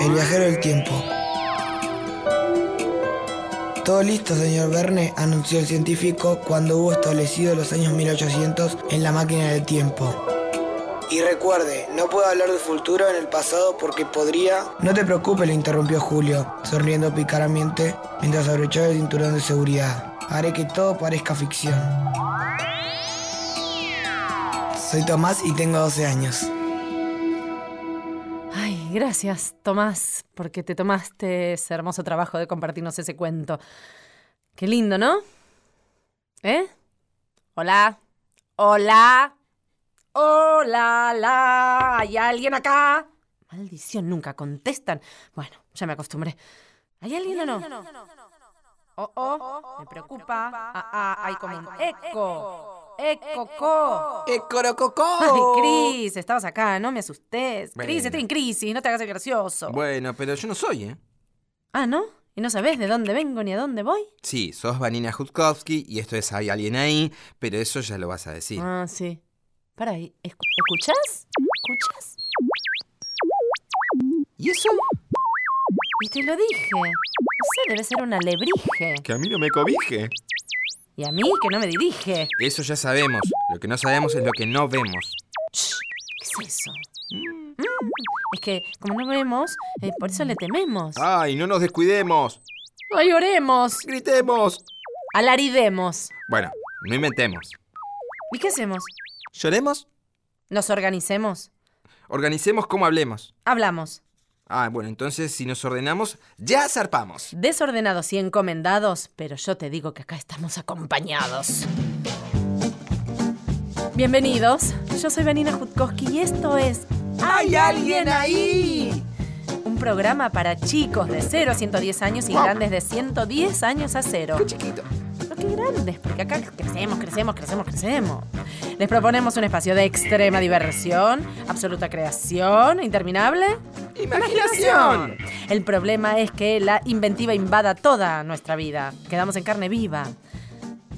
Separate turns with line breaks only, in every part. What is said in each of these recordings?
El viajero del tiempo. Todo listo, señor Verne, anunció el científico cuando hubo establecido los años 1800 en la máquina del tiempo. Y recuerde, no puedo hablar de futuro en el pasado porque podría... No te preocupes, le interrumpió Julio, sonriendo picaramente mientras abrochaba el cinturón de seguridad. Haré que todo parezca ficción. Soy Tomás y tengo 12 años.
Ay, gracias, Tomás, porque te tomaste ese hermoso trabajo de compartirnos ese cuento. Qué lindo, ¿no? ¿Eh? Hola. Hola. Hola, la. ¿Hay alguien acá? Maldición, nunca contestan. Bueno, ya me acostumbré. ¿Hay alguien o no? Oh, oh, me preocupa. Ah, ah, hay como un eco. Eco, co. Ay,
¡Ecorococó!
Cris, estabas acá, no me asustes. Cris,
Bueno.
estoy en crisis, no te hagas el gracioso.
Bueno, pero yo no soy, ¿eh?
Ah, ¿no? ¿Y no sabes de dónde vengo ni a dónde voy?
Sí, sos Vanina Jutkowski y esto es Hay alguien ahí, pero eso ya lo vas a decir.
Ah, sí. Para ahí, escu- ¿escuchás? ¿Escuchás?
¿Y eso?
Y te lo dije. No sé, debe ser un alebrije.
Que a mí no me cobije.
Y a mí que no me dirige.
Eso ya sabemos. Lo que no sabemos es lo que no vemos.
Shh, ¿Qué es eso? Mm, es que, como no vemos, eh, por eso le tememos.
¡Ay, no nos descuidemos!
¡Ay, oremos!
¡Gritemos!
¡Alaridemos!
Bueno, no inventemos.
¿Y qué hacemos?
¿Lloremos?
¿Nos organicemos?
Organicemos como hablemos.
Hablamos.
Ah, bueno, entonces si nos ordenamos, ya zarpamos.
Desordenados y encomendados, pero yo te digo que acá estamos acompañados. Bienvenidos, yo soy Benina Jutkowski y esto es
¡Hay alguien ahí!
un programa para chicos de 0 a 110 años y
Wow.
grandes de 110 años a 0.
¡Qué chiquito!
Pero qué grandes, porque acá crecemos, crecemos, crecemos, crecemos. Les proponemos un espacio de extrema diversión, absoluta creación, e interminable.
¡Imaginación!
El problema es que la inventiva invada toda nuestra vida. Quedamos en carne viva.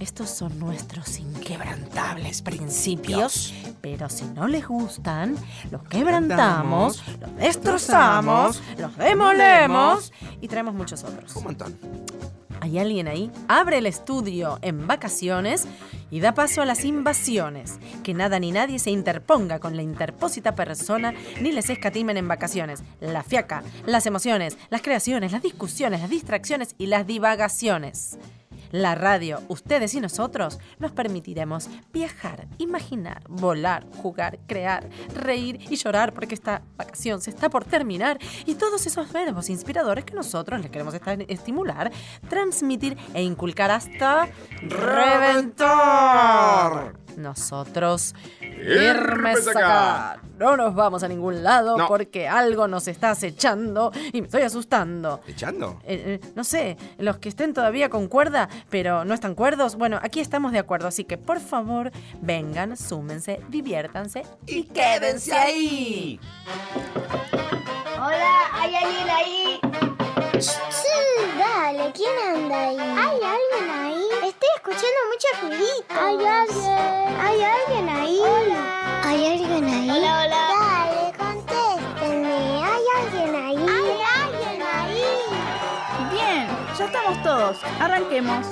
Estos son nuestros inquebrantables principios, pero si no les gustan, los quebrantamos, los destrozamos, los demolemos y traemos muchos otros.
Un montón.
¿Hay alguien ahí? Abre el estudio en vacaciones y da paso a las invasiones. Que nada ni nadie se interponga con la interpósita persona ni les escatimen en vacaciones. La fiaca, las emociones, las creaciones, las discusiones, las distracciones y las divagaciones. La radio, ustedes y nosotros, nos permitiremos viajar, imaginar, volar, jugar, crear, reír y llorar porque esta vacación se está por terminar y todos esos verbos inspiradores que nosotros les queremos esta- estimular, transmitir e inculcar hasta reventar. Nosotros irmes acá. No nos vamos a ningún lado
No.
porque algo nos está acechando y me estoy asustando.
¿Echando?
Eh, eh, no sé, los que estén todavía con cuerda, pero no están cuerdos, bueno, aquí estamos de acuerdo, así que por favor, vengan, súmense, diviértanse y quédense ahí.
Hola, ¿hay alguien ahí?
Sí, dale, ¿quién anda ahí?
¿Hay alguien ahí?
Estoy escuchando muchos ruiditos.
¿Hay alguien?
¿Hay alguien ahí?
Hola.
¿Hay alguien ahí?
Hola, hola.
Dale, contéstenme. ¿Hay alguien ahí?
¿Hay alguien ahí?
Bien, ya estamos todos. Arranquemos.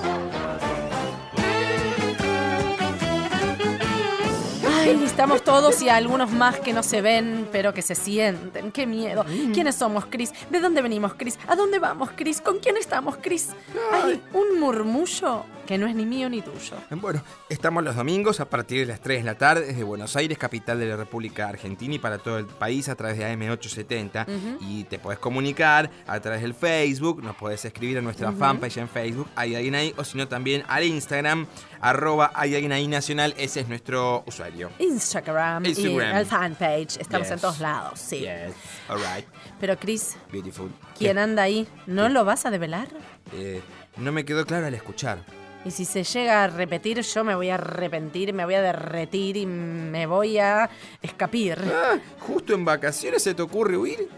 Ay, estamos todos y algunos más que no se ven, pero que se sienten. Qué miedo.
Mm.
¿Quiénes somos, Cris? ¿De dónde venimos, Cris? ¿A dónde vamos, Cris? ¿Con quién estamos, Cris? Hay un murmullo que no es ni mío ni tuyo.
Bueno, estamos los domingos a partir de las 3 de la tarde desde Buenos Aires, capital de la República Argentina y para todo el país a través de AM870. Y te podés comunicar a través del Facebook, nos podés escribir a nuestra fanpage en Facebook, hay alguien ahí, o si no también al Instagram, arroba hay alguien ahí nacional, ese es nuestro usuario.
Instagram,
Instagram.
y el fanpage. Estamos en
Yes.
todos lados, sí.
Yes, alright,
Pero, Cris,
beautiful.
¿quién anda ahí? ¿No lo vas a develar?
Eh, no me quedó claro al escuchar.
Y si se llega a repetir, yo me voy a arrepentir, me voy a derretir y me voy a escapir.
Ah, justo en vacaciones se te ocurre huir.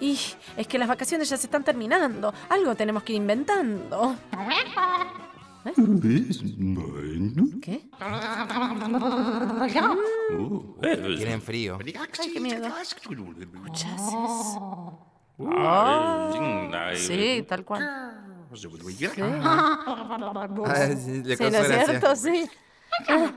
Y es que las vacaciones ya se están terminando. Algo tenemos que ir inventando. ¿Eh? ¿Qué?
Tienen frío. Uh,
Ay, qué miedo. ¿Escuchas? eso? Ah,
Ay,
sí, tal cual. Sí.
Ah, sí, le
Sí,
causó
¿no es
gracia.
cierto? Sí. Ah,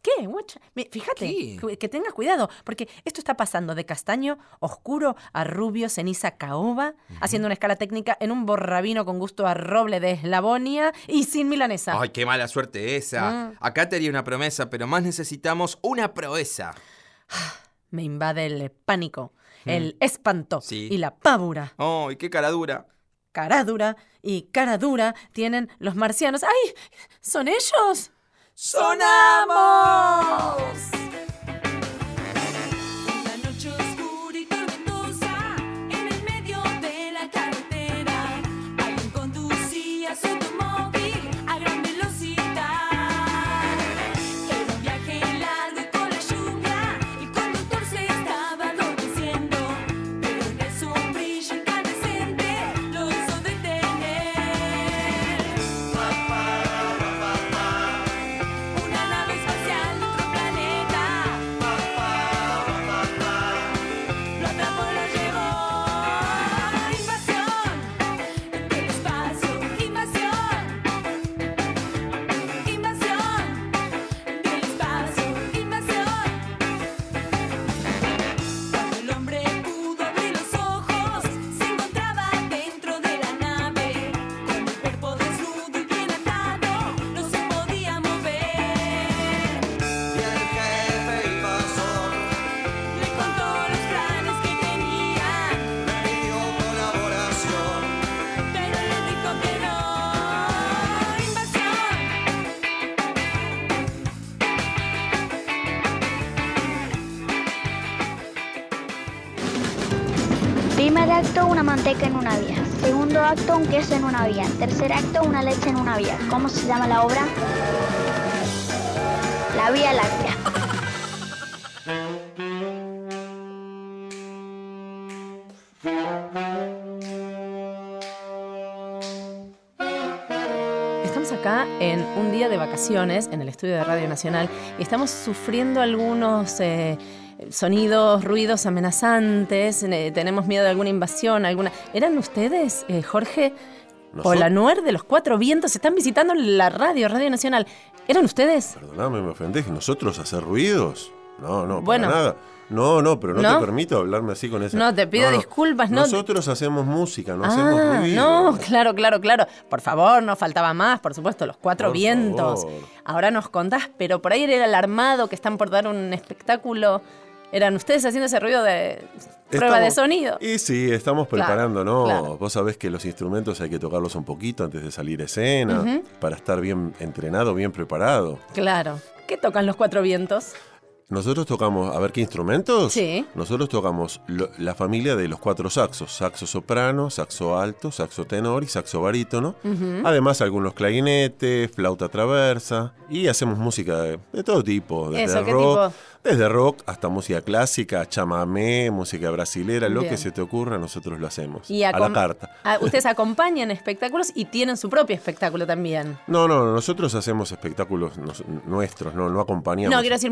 ¿Qué? guacha? Mi- Fíjate,
¿Qué?
que- que tengas cuidado, porque esto está pasando de castaño oscuro a rubio ceniza caoba, haciendo una escala técnica en un borrabino con gusto a roble de Eslavonia y sin milanesa.
Ay, qué mala suerte esa.
Mm.
Acá te haría una promesa, pero más necesitamos una proeza.
Me invade el pánico, Mm. el espanto
Sí.
y la pavura.
Ay, qué cara dura.
Cara dura y cara dura tienen los marcianos. ¡Ay! ¿Son ellos? ¡Sonamos!
La noche oscura y tormentosa en el medio de la carretera. Alguien conducía su automóvil a gran velocidad. Era un viaje largo y con la lluvia el conductor se estaba adormeciendo. Pero en el sombrillo incandescente lo hizo detener. Una nave espacial de otro planeta. Lo atrapó y lo llevó. Invasión del espacio. Invasión. Invasión del espacio. Invasión. Cuando el hombre pudo abrir los ojos, se encontraba dentro de la nave. Con el cuerpo desnudo y bien atado, no se podía mover. Le contó los planes que tenían. Me pidió colaboración. Pero le dijo que no. Invasión.
Primer acto, una manteca en una vía. Segundo acto, un queso en una vía. Tercer acto, una leche en una vía. ¿Cómo se llama la obra? La Vía Láctea.
Estamos acá en un día de vacaciones en el estudio de Radio Nacional y estamos sufriendo algunos eh, sonidos, ruidos amenazantes, eh, tenemos miedo de alguna invasión, alguna... ¿Eran ustedes, eh, Jorge
Nosot-
Polanuer de los Cuatro Vientos? Están visitando la radio, Radio Nacional. ¿Eran ustedes?
Perdóname, me ofendés. ¿Nosotros hacer ruidos? No, no, para
Bueno.
nada. No, no, pero no,
¿No?
te permito hablarme así con ese.
No, te pido disculpas, no.
Nosotros hacemos música, no
ah,
hacemos ruidos.
no, claro, claro, claro. Por favor, no faltaba más, por supuesto, los Cuatro
Por
Vientos.
favor.
Ahora nos contás, pero por ahí era el alarmado que están por dar un espectáculo. Eran ustedes haciendo ese ruido de prueba de
Estamos-
sonido.
Y sí, estamos
Claro,
preparándonos.
claro.
Vos sabés que los instrumentos hay que tocarlos un poquito antes de salir a escena, para estar bien entrenado, bien preparado.
Claro. ¿Qué tocan los cuatro vientos?
Nosotros tocamos, a ver qué instrumentos.
Sí.
Nosotros tocamos lo- la familia de los cuatro saxos: saxo soprano, saxo alto, saxo tenor y saxo barítono. Además, algunos clarinetes, flauta traversa. Y hacemos música de, de todo tipo: desde,
Eso, ¿qué
rock,
tipo?
desde rock hasta música clásica, chamamé, música brasilera, lo
Bien.
que se te ocurra, nosotros lo hacemos.
Y
a la
acom-
carta.
Ah, ustedes acompañan espectáculos y tienen su propio espectáculo también.
No, no, nosotros hacemos espectáculos nos- nuestros, no, no acompañamos.
No, quiero decir,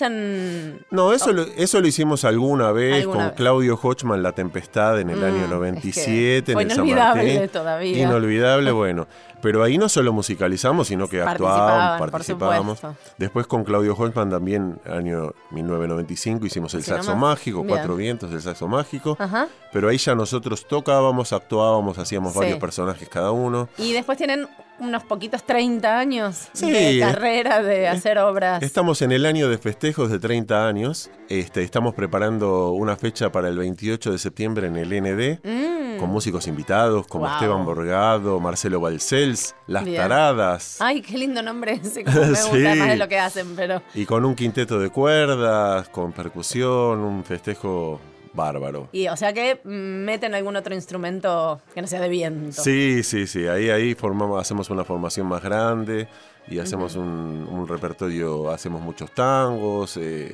musicalizan.
No, eso, lo, eso lo hicimos alguna vez
Alguna
con
vez.
Claudio Hochman, La Tempestad, en el
Mm,
año
es que
97,
fue
en el San
inolvidable
Martín.
todavía.
Inolvidable, bueno. Pero ahí no solo musicalizamos, sino que
Participaban, por
actuábamos, participábamos.
supuesto.
Después con Claudio Hochman también, año 1995, hicimos el
Así
saxo
nomás.
mágico,
Bien. Ah.
Cuatro Vientos del saxo mágico.
Ajá.
Pero ahí ya nosotros tocábamos, actuábamos, hacíamos
Sí.
varios personajes cada uno.
Y después tienen unos poquitos 30 años
Sí,
de
eh.
carrera de hacer obras.
Estamos en el año de festejos de 30 años. Este, estamos preparando una fecha para el 28 de septiembre en el ND.
Mm.
con músicos invitados como
Wow.
Esteban Borgado, Marcelo Balcells, Las
Bien.
Taradas,
Ay, qué lindo nombre ese. como me gusta
Sí.
más de lo que hacen, pero.
y con un quinteto de cuerdas, con percusión, un festejo bárbaro.
Y, o sea que mm, meten algún otro instrumento que no sea de viento.
Sí, sí, sí, ahí, ahí formamos, hacemos una formación más grande y hacemos un, un repertorio, hacemos muchos tangos, eh,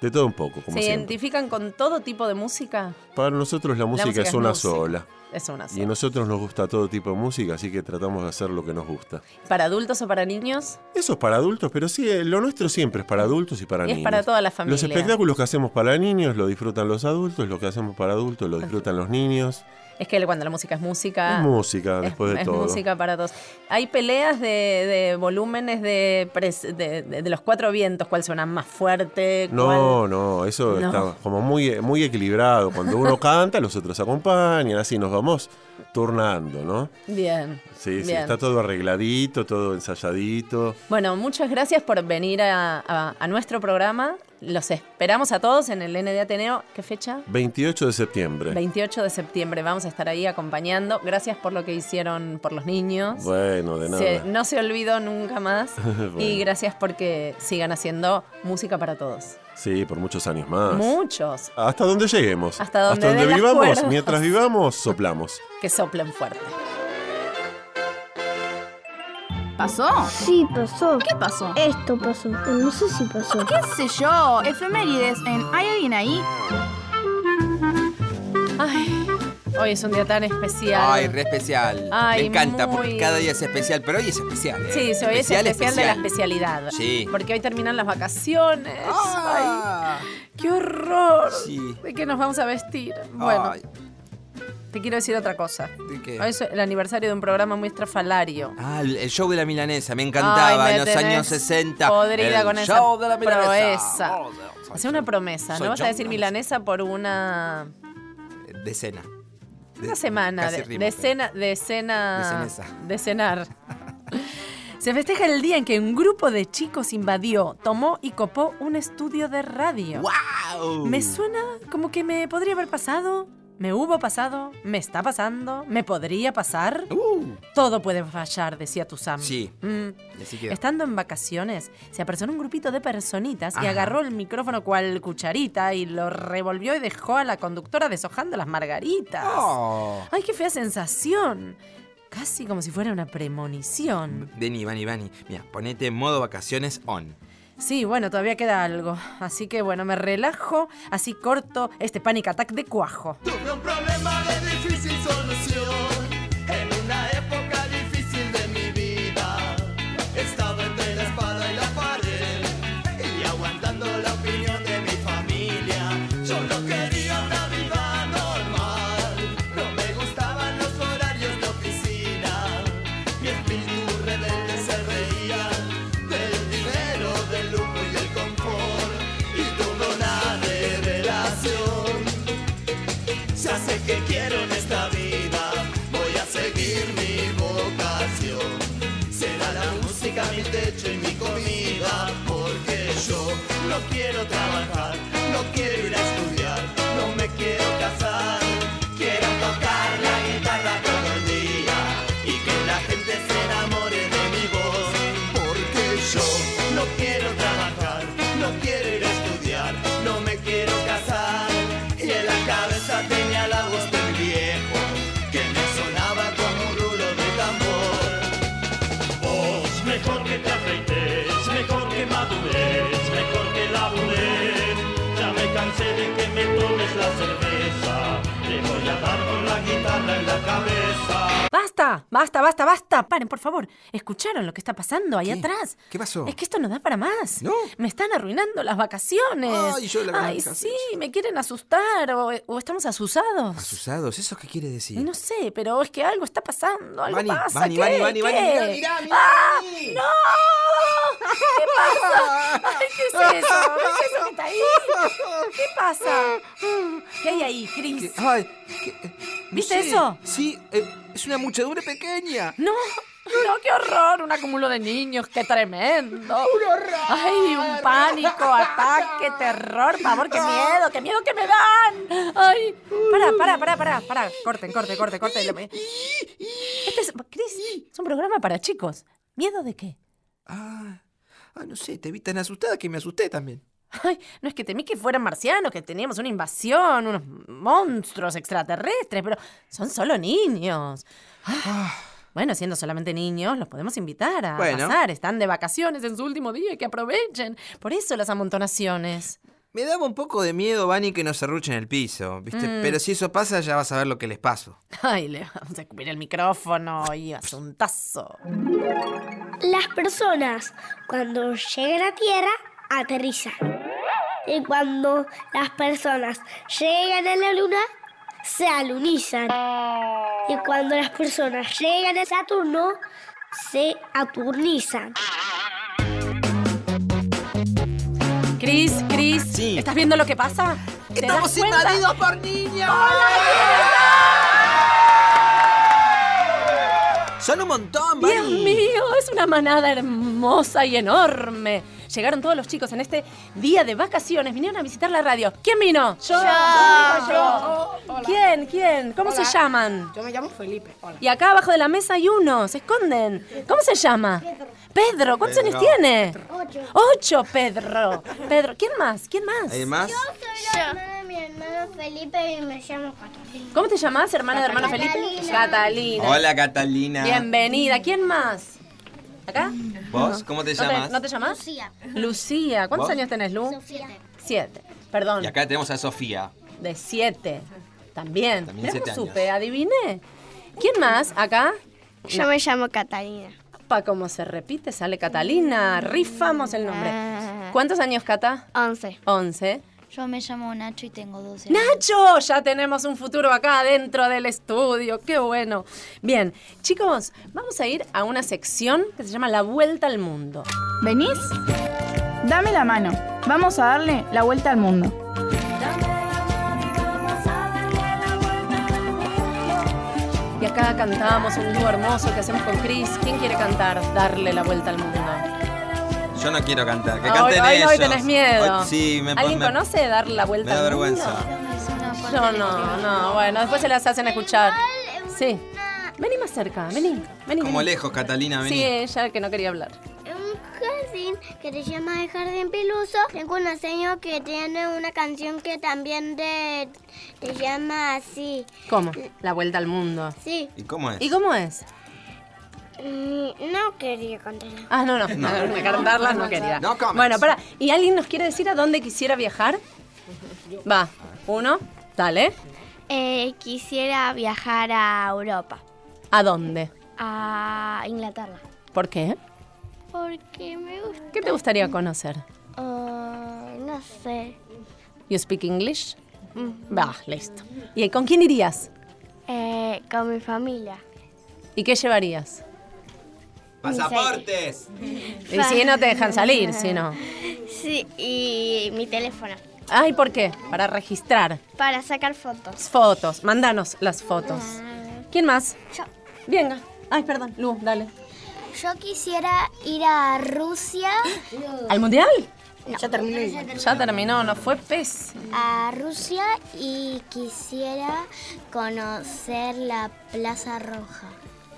De todo un poco, como
¿Se
siempre.
identifican con todo tipo de música?
Para nosotros la música,
música
es
es
una
música.
sola.
Es una
Y
sola.
a nosotros nos gusta todo tipo de música, así que tratamos de hacer lo que nos gusta.
¿Para adultos o para niños?
Eso es para adultos, pero sí, eh, lo nuestro siempre es para adultos y para
Y es
niños.
para toda la familia.
Los espectáculos que hacemos para niños lo disfrutan los adultos, lo que hacemos para adultos lo disfrutan los niños.
Es que cuando la música es música.
es música,
Ah, es-
después de
es
todo.
música para todos. Hay peleas de, de volúmenes de, pres- de, de- de los cuatro vientos, cuál suena más fuerte,
No, no, eso
No.
está como muy, eh, muy equilibrado. Cuando uno canta, los otros acompañan, así nos vamos turnando, ¿no?
cuál. Bien.
Sí, sí,
bien.
está todo arregladito, todo ensayadito.
Bueno, muchas gracias por venir a, a- a nuestro programa. Los esperamos a todos en el N de Ateneo. ¿Qué fecha?
28 de septiembre.
28 de septiembre. Vamos a estar ahí acompañando. Gracias por lo que hicieron por los niños.
Bueno, de nada.
Se- no se olvidó nunca más.
Bueno.
Y gracias porque sigan haciendo música para todos.
Sí, por muchos años más.
Muchos.
Hasta donde lleguemos.
Hasta donde den las
vivamos.
cuerdas.
Mientras vivamos, soplamos.
Que soplen fuerte.
¿Pasó?
Sí, pasó.
¿Qué pasó?
Esto pasó. No sé si pasó.
¿Qué sé yo? Efemérides en ¿Hay alguien ahí?
Ay, hoy es un día tan especial.
Ay, re especial.
Ay,
Me encanta,
muy.
porque cada día es especial, pero hoy es especial. ¿eh?
Sí, sí, hoy es especial, de la especialidad.
Sí.
Porque hoy terminan las vacaciones.
Ah,
Ay, qué horror.
Sí.
¿De qué nos vamos a vestir? Bueno,
ay,
te quiero decir otra cosa.
¿de qué?
Hoy es el aniversario de un programa muy estrafalario.
Ah, el el show de la milanesa, me encantaba
Ay, me
en los
tenés
años 60.
podrida
el
con esa
show de la milanesa.
proeza.
Oh, soy
Hace una
yo.
promesa,
Soy
no vas
yo,
a decir milanesa por una,
De cena. De-
una semana,
casi
de,
rima,
de
pero-
cena, de cena,
De cenesa.
de cenar. Se festeja el día en que un grupo de chicos invadió, tomó y copó un estudio de radio.
¡Guau!
Me suena como que me podría haber pasado, me hubo pasado, me está pasando, me podría pasar.
Uh,
Todo puede fallar, decía tu Sam.
Sí.
Mm.
y así quedó.
Estando en vacaciones, se apersonó un grupito de personitas y
Ajá.
agarró el micrófono cual cucharita y lo revolvió y dejó a la conductora deshojando las margaritas.
Oh.
¡Ay, qué fea sensación! Casi como si fuera una premonición.
Vení, Vani, Vani. Mira, ponete en modo vacaciones on.
Sí, bueno, todavía queda algo. Así que bueno, me relajo, así corto este panic attack de cuajo.
Tuve un problema de difícil solución en una época difícil de mi vida. Estaba entre la espada y la pared y aguantando la opinión de mi familia. Yo no quería una vida normal, no me gustaban los horarios de oficina. Mi espíritu rebelde se reía del dinero, del lujo y del confort y tuvo una revelación. Ya sé que quiero en esta vida, voy a seguir mi vocación. Será la música mi techo y mi comida, porque yo no quiero trabajar, no quiero ir a estudiar, no me quiero casar. Quiero tocar la guitarra todo el día y que la gente se enamore de mi voz, porque yo no quiero trabajar, no quiero ir a estudiar, no me quiero casar. Y en la cabeza tenía la voz del viejo, que me sonaba como un rulo de tambor. Vos, mejor que te afeites, mejor que madures, mejor que labures. Ya me cansé de que me tomes la cerveza, te voy a dar con la guitarra en la cabeza.
¡Basta! ¡Basta, basta, basta! Paren, por favor. ¿Escucharon lo que está pasando ahí
¿Qué?
atrás?
¿Qué pasó?
Es que esto no da para más.
¿No?
Me están arruinando las vacaciones.
Ay, yo la verdad
Ay,
que casi-
sí, me quieren asustar o, o estamos asusados.
Asusados, ¿eso qué quiere decir?
Y no sé, pero es que algo está pasando, algo
Vani,
pasa.
Vani,
¿qué?
Vani, Vani,
¿Qué?
Vani, mirá, mirá, mirá,
¡Ah!
Vani.
¡No! ¿Qué pasa? Ay, ¿Qué es eso? ¿Qué es eso que está ahí? ¿Qué pasa? ¿Qué hay ahí,
¿Qué?
Chris?
Ay, ¿qué? Eh, no
¿Viste
sé.
eso?
Sí, eh, es una muchedumbre pequeña.
No, no, qué horror, un acúmulo de niños, qué tremendo. Un horror. Ay, un pánico, ataque, terror, favor, qué miedo, qué miedo que me dan. Ay, para, para, para, para, para, corten, corten, corten, corten. Lo- Este es, Cris, es un programa para chicos. ¿Miedo de qué?
Ah, ah, no sé, te vi tan asustada que me asusté también.
Ay, no es que temí que fueran marcianos, que teníamos una invasión, unos monstruos extraterrestres, pero son solo niños. Ah, Bueno, siendo solamente niños, los podemos invitar a
Bueno.
pasar. Están de vacaciones en su último día, que aprovechen. Por eso las amontonaciones.
Me daba un poco de miedo, Vani, que nos arruchen el piso, ¿viste?
Mm.
Pero si eso pasa, ya vas a ver lo que les paso.
Ay, le vamos a cubrir el micrófono y asuntazo.
Las personas cuando llegan a tierra aterrizan. Y cuando las personas llegan a la luna, se alunizan. Y cuando las personas llegan a Saturno, se aturnizan.
Cris, Cris,
Sí.
¿estás viendo lo que pasa? ¿Te das cuenta?
por niños! ¡Son un montón,
¡Dios
Vani!
mío! Es una manada hermosa y enorme. Llegaron todos los chicos en este día de vacaciones. Vinieron a visitar la radio. ¿Quién vino? Yo. ¿Quién? ¿Quién? ¿Cómo se llaman?
Yo me llamo Felipe. Hola.
Y acá abajo de la mesa hay uno. Se esconden. ¿Cómo se llama? Pedro. ¿Cuántos
Pedro.
años tiene? Ocho. Ocho, Pedro. Pedro. ¿Quién más? ¿Quién más?
¿Hay más?
Soy la hermana de mi hermano Felipe y me llamo Catalina.
¿Cómo te llamas, hermana de hermano Felipe? Catalina.
Hola, Catalina.
Bienvenida. ¿Quién más? ¿Acá?
¿Vos? ¿Cómo te
¿No
llamas?
te, no te llamas?
Lucía.
Lucía. ¿Cuántos
¿Vos?
años tenés, Lu?
Siete.
Siete. Perdón,
Y acá tenemos a Sofía.
de siete.
También
También. Mirá cómo
siete años.
supe, adiviné. ¿Quién más acá?
Yo me llamo Catalina.
Pa, como se repite, sale Catalina. Rifamos el nombre. ¿Cuántos años, Cata?
Ah. Once.
Once.
Yo me llamo Nacho y tengo 12
¡Nacho! Ya tenemos un futuro acá dentro del estudio. ¡Qué bueno! Bien, chicos, vamos a ir a una sección que se llama La Vuelta al Mundo.
¿Venís? Dame la mano. Vamos a darle la vuelta al mundo.
Y acá cantábamos un dúo hermoso que hacemos con Chris. ¿Quién quiere cantar? Darle la vuelta al mundo.
Yo no quiero cantar, que
Hoy-
canten
hoy,
ellos.
hoy tenés miedo.
Hoy- sí, me
¿Alguien
me-
conoce dar la
Me
vuelta
da
al mundo?
vergüenza.
Yo no, no. Bueno, después se las hacen escuchar. Sí. Vení más cerca, vení, vení.
Como
vení.
lejos, Catalina, vení.
Sí, ella que no quería hablar.
En un jardín que se llama el Jardín Piluso, tengo un señor que tiene una canción que también te, te llama así.
¿Cómo? La vuelta al mundo.
Sí.
¿Y cómo es?
¿Y cómo es?
Mm, No quería contarla.
Ah, no, no. De cantarlas no quería.
No comments.
bueno, para. ¿Y alguien nos quiere decir a dónde quisiera viajar? Va, uno, dale.
Eh, quisiera viajar a Europa,
¿A dónde?
a Inglaterra.
¿Por qué?
Porque me gusta.
¿Qué te gustaría conocer?
Ah, no sé.
You speak English? Va, listo. ¿Y con quién irías?
Eh, con mi familia.
¿Y qué llevarías?
¡Pasaportes!
Y si no te dejan salir, si no.
Sí, y mi teléfono.
Ay, ¿por qué? Para registrar
Para sacar fotos.
fotos. Mándanos las fotos. ¿Quién más? Yo. Venga. Ay, perdón. Lu, dale.
Yo quisiera ir a Rusia.
¿Al mundial?
Ya terminé.
Ya terminó, no fue pez.
a Rusia y quisiera conocer la Plaza Roja.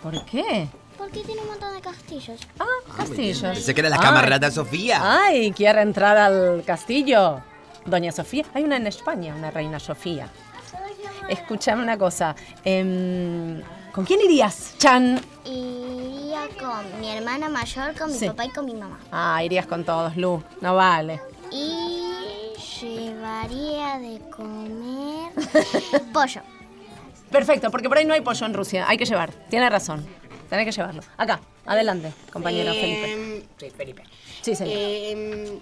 ¿Por qué?
Porque tiene un montón de castillos.
Ah, castillos.
Pensé que era la
Ay.
camarada Sofía.
Ay, quiere entrar al castillo. Doña Sofía, hay una en España, una reina Sofía. Escúchame una cosa. em, ¿Con quién irías, Chan?
Iría con mi hermana mayor, con mi
Sí.
papá y con mi mamá.
Ah, irías con todos, Lu. No vale.
Y llevaría de comer pollo.
Perfecto, porque por ahí no hay pollo en Rusia. Hay que llevar. Tiene razón. Tenés que llevarlo. Acá, adelante, compañero Felipe.
Em, Sí, Felipe.
Sí, señor.
Em,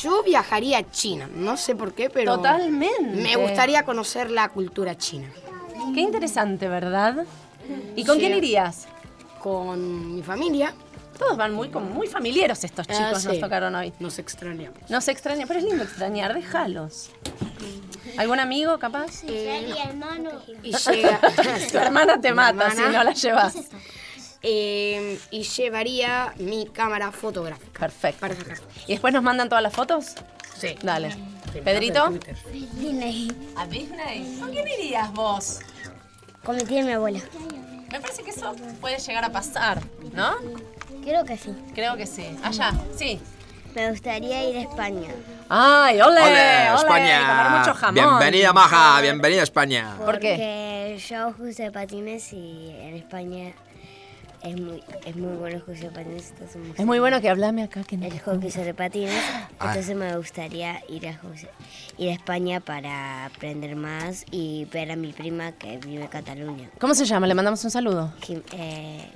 yo viajaría a China. No sé por qué, pero.
Totalmente.
Me gustaría conocer la cultura china.
Qué interesante, ¿verdad? ¿Y con
Sí.
quién irías?
Con mi familia.
Todos van muy, como muy familiares estos chicos,
Ah, sí.
nos tocaron hoy.
Nos extrañamos.
No se extraña, pero es lindo extrañar, déjalos. ¿Algún amigo capaz?
hermano.
Y llega.
Tu hermana te
Mi
mata
hermana.
si no la llevas.
Em, y llevaría mi cámara fotográfica.
Perfecto.
Para sacar.
¿Y después nos mandan todas las fotos?
Sí.
Dale.
Sí,
¿Pedrito?
Twitter.
¿A Disney? ¿Con quién irías vos?
Con mi tía y mi abuela.
Me parece que eso puede llegar a pasar, ¿no?
Creo que sí.
Creo que sí. Ah, Allá, sí.
Me gustaría ir a España.
¡Ay, ole!
¡Ole, España!
y Comer mucho jamón.
Bienvenida, Maja. Bienvenida, España.
¿Por qué?
Porque yo uso patines y en España
Es muy, es muy bueno el hockey sobre patines. entonces me
Es muy bueno que hablame acá. Que no
el hockey sobre patines.
Ah.
Entonces me gustaría ir a, Jose- ir a España para aprender más y ver a mi prima que vive en Cataluña.
¿Cómo se llama? Le mandamos un saludo.
Jim- eh,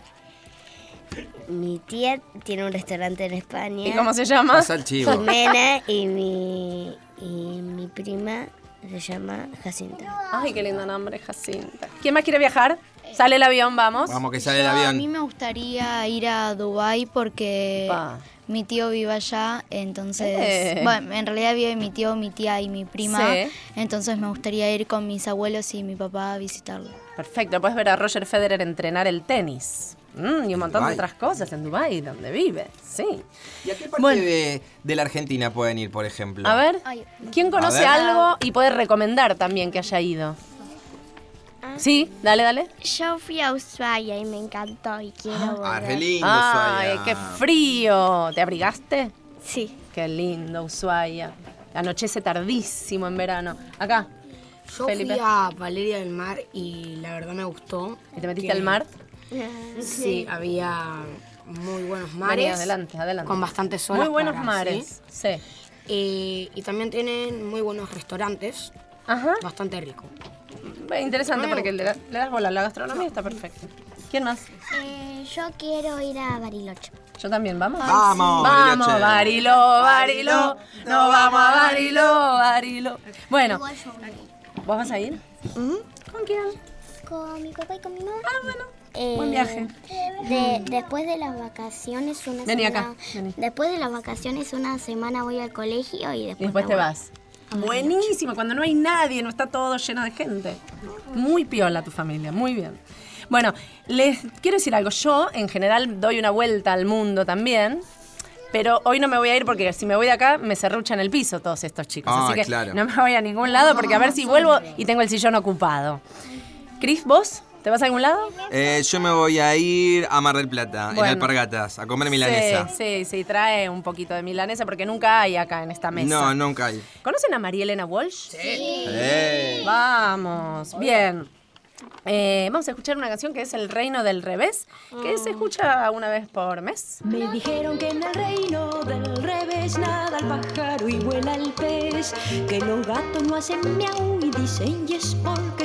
mi tía tiene un restaurante en España.
¿Y cómo se llama? Pasa el chivo.
Jimena y mi, y mi prima se llama Jacinta.
Ay, qué lindo nombre, Jacinta. ¿Quién más quiere viajar? Sale el avión, vamos.
Vamos, que sale el
Yo, A
avión.
mí me gustaría ir a Dubai porque mi tío vive allá, entonces,
Eh.
bueno, en realidad vive mi tío, mi tía y mi prima,
Sí.
entonces me gustaría ir con mis abuelos y mi papá a visitarlo.
Perfecto, puedes ver a Roger Federer entrenar el tenis. Mm, y un montón
Dubái.
de otras cosas en Dubái, donde vive. Sí.
¿Y a qué parte
Bueno.
de, de la Argentina pueden ir, por ejemplo?
A ver, ¿quién conoce
ver.
algo y puede recomendar también que haya ido? Sí, dale, dale.
Yo fui a Ushuaia y me encantó y quiero volver.
Ah, qué lindo
Ay,
Ushuaia.
qué frío. ¿Te abrigaste?
Sí.
Qué lindo Ushuaia. Anochece tardísimo en verano. Acá.
Yo
Felipe.
fui a Valeria del Mar y la verdad me gustó.
¿Y te metiste al mar?
Sí, había muy buenos mares.
Vení, adelante, adelante.
Con bastantes olas.
Muy buenos
para-
mares, sí.
Eh, y también tienen muy buenos restaurantes.
Ajá.
Bastante rico.
Ve, Interesante
Me
porque le, da- le das bola. La gastronomía está perfecta. ¿Quién más?
Eh, yo quiero ir a Bariloche.
Yo también, vamos.
Vamos,
vamos,
Bariloche.
Barilo, Barilo. No vamos a Barilo, Barilo. Bueno,
Igual yo voy a ir.
¿vos vas a ir?
¿Mm?
¿Con quién?
Con mi papá y con mi mamá.
Ah, bueno.
Eh,
Buen viaje.
de- después de las vacaciones una
Vení
semana.
acá, vení.
Después de las vacaciones una semana voy al colegio
Y
y después,
después
me
te
voy.
vas. Buenísimo, cuando no hay nadie, no está todo lleno de gente. Muy piola tu familia, muy bien. Bueno, les quiero decir algo. Yo, en general, doy una vuelta al mundo también. Pero hoy no me voy a ir porque si me voy de acá me serruchan el piso todos estos chicos.
Ah,
Así que
claro.
no me voy a ningún lado porque a ver si vuelvo y tengo el sillón ocupado. Cris, ¿vos? ¿Te vas a algún lado?
Eh, yo me voy a ir a Mar del Plata,
Bueno.
en Alpargatas, a comer milanesa.
Sí, sí, sí, trae un poquito de milanesa porque nunca hay acá en esta mesa.
No, nunca hay.
¿Conocen a María Elena Walsh? Sí.
¡Eh!
Vamos, bien. Eh, vamos a escuchar una canción que es El Reino del Revés, que se escucha una vez por mes.
Me dijeron que en el reino del revés nada el pájaro y vuela el pez, que los gatos no hacen miau y dicen y es porque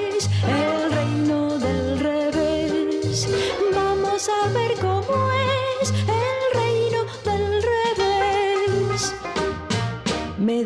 el reino del revés. Vamos a ver cómo es el reino del revés. Me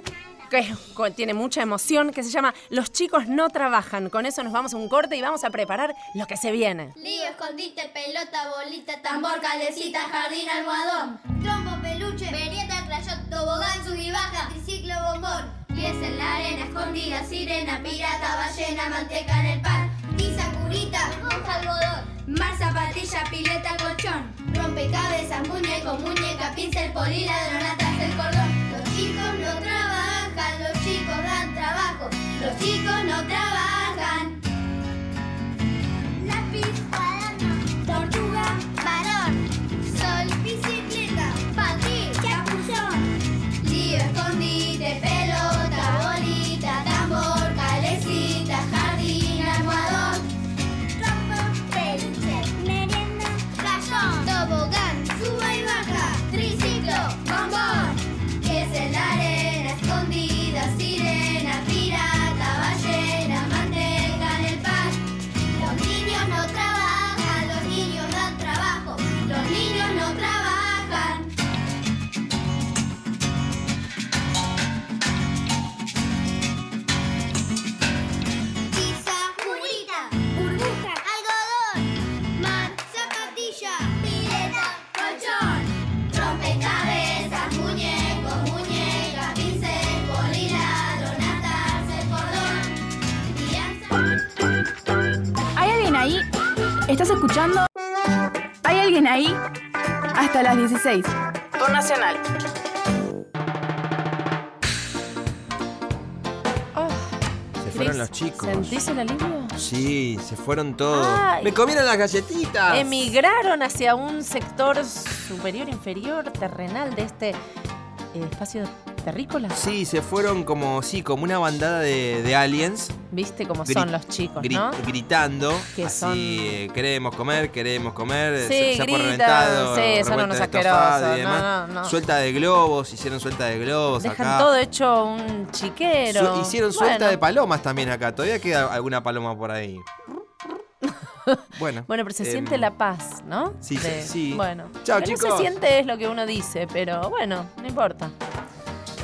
que es- co- tiene mucha emoción, que se llama Los chicos no trabajan. Con eso nos vamos a un corte y vamos a preparar lo que se viene.
Lío, escondite, pelota, bolita, tambor, calecita, jardín, almohadón. Trombo, peluche, merienda, crayón, tobogán, sub y baja, triciclo, bombón. Pies en la arena, escondida, sirena, pirata, ballena, manteca en el pan. Tiza, curita, esponja, algodón. Mar, zapatilla, pileta, colchón. Rompecabezas, muñeco, muñeca, pincel, poli, ladronatas, el cordón. Los chicos no trabajan, los chicos dan trabajo. Los chicos no trabajan. Lápiz, cuaderno, tortuga, varón, sol, bicicleta, patín, capuchón, lío, escondite, pelota, bolita, tambor, calecita, jardín, almohadón, trompo, peluche, merienda, rayón, tobogán, suba y baja, triciclo, bombón, pies en la arena, escondida, sirena, pirata, ballena, manteca en el pan. Los niños no trabajan, los niños dan trabajo, los niños no trabajan. Tiza, burita, burbuja, algodón, mar, zapatilla, pileta, colchón, rompecabezas, muñecos, muñecas, pincel, polilado, natas, el cordón, crianza.
¿Hay alguien ahí? ¿Estás escuchando? ¿Hay alguien ahí? Hasta las 16. Por Nacional.
Se fueron los chicos.
¿Sentís el alivio?
Sí, se fueron todos.
Ay.
¡Me comieron las galletitas!
Emigraron hacia un sector superior, inferior, terrenal de este eh, espacio terrícola.
Sí, se fueron como, sí, como una bandada de, de aliens.
¿Viste cómo
Gri-
son los chicos,
gri-
no?
Gritando.
Que
así,
son-
eh, queremos comer, queremos comer.
Sí,
se, se fue
gritan,
reventado.
sí, son
revuelta
unos
de estofado
asquerosos,
y demás.
no, no, no.
Suelta de globos, hicieron suelta de globos
Dejan
acá.
todo hecho un chiquero.
Su- hicieron suelta
Bueno.
de palomas también acá. Todavía queda alguna paloma por ahí. Bueno.
Bueno, pero se
em,
siente la paz, ¿no?
sí, sí, sí.
Bueno.
Chao,
Lo que No
chicos.
se siente es lo que uno dice, pero bueno, no importa.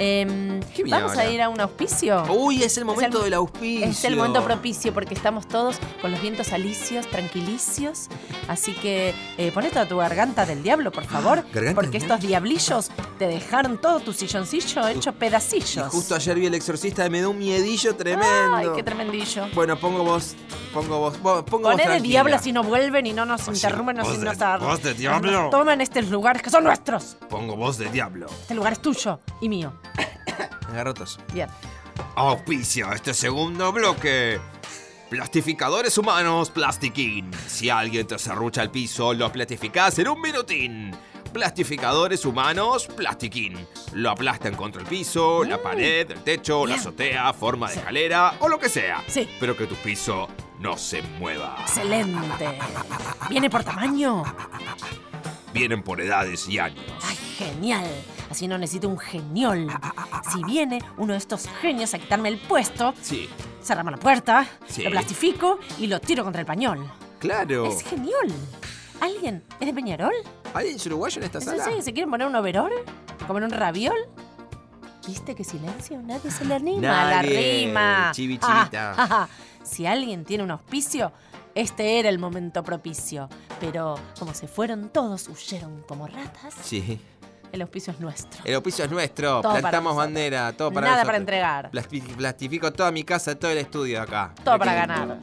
Em,
bien
vamos a
habla.
ir a un auspicio.
Uy, es el momento del auspicio.
Es el momento propicio porque estamos todos con los vientos alicios, tranquilicios. Así que eh, ponete a tu garganta del diablo, por favor.
Ah, garganta
porque
del
estos diablillos te dejaron todo tu silloncillo hecho
Y
pedacillos.
justo ayer vi el exorcista y me dio un miedillo tremendo.
Ay, qué tremendillo.
Bueno, pongo vos. Pongo vos. vos- Pongo vos
Poné de
tranquila.
diablo si no vuelven y no nos interrumpen, nos,
voz de-
nos ar-
voz de diablo.
nos toman estos lugares que son nuestros.
Pongo voz de diablo.
Este lugar es tuyo y mío.
Agarrotos.
Bien.
Auspicia este segundo bloque. Plastificadores humanos, plastiquín. Si alguien te serrucha el piso, lo plastificás en un minutín. Plastificadores humanos, plastiquín. Lo aplastan contra el piso,
Mm.
la pared, el techo, la azotea, forma de escalera o lo que sea. Pero que tu piso no se mueva.
Excelente. Viene por tamaño.
Vienen por edades y años.
Genial. Así no necesito un geniol. Si viene uno de estos genios a quitarme el puesto,
Sí,
cerramos la puerta,
Sí.
lo plastifico y lo tiro contra el pañol.
claro.
Es genial. ¿Alguien? ¿Es de Peñarol?
¿Alguien es uruguayo en esta
No
sala?
sé, ¿se quieren poner un overol? ¿Comer un raviol? ¿Viste que silencio? Nadie se le anima a la
Nadie.
rima.
Chivi,
Ah,
chivita.
ah, ah. Si alguien tiene un auspicio, este era el momento propicio. Pero como se fueron todos, huyeron como ratas.
Sí.
El auspicio es nuestro.
El oficio es nuestro.
Todo para
Plantamos
nosotros.
bandera, todo para
Nada
nosotros.
para entregar.
Plasti- Plastifico toda mi casa, todo el estudio acá.
Todo para ganar.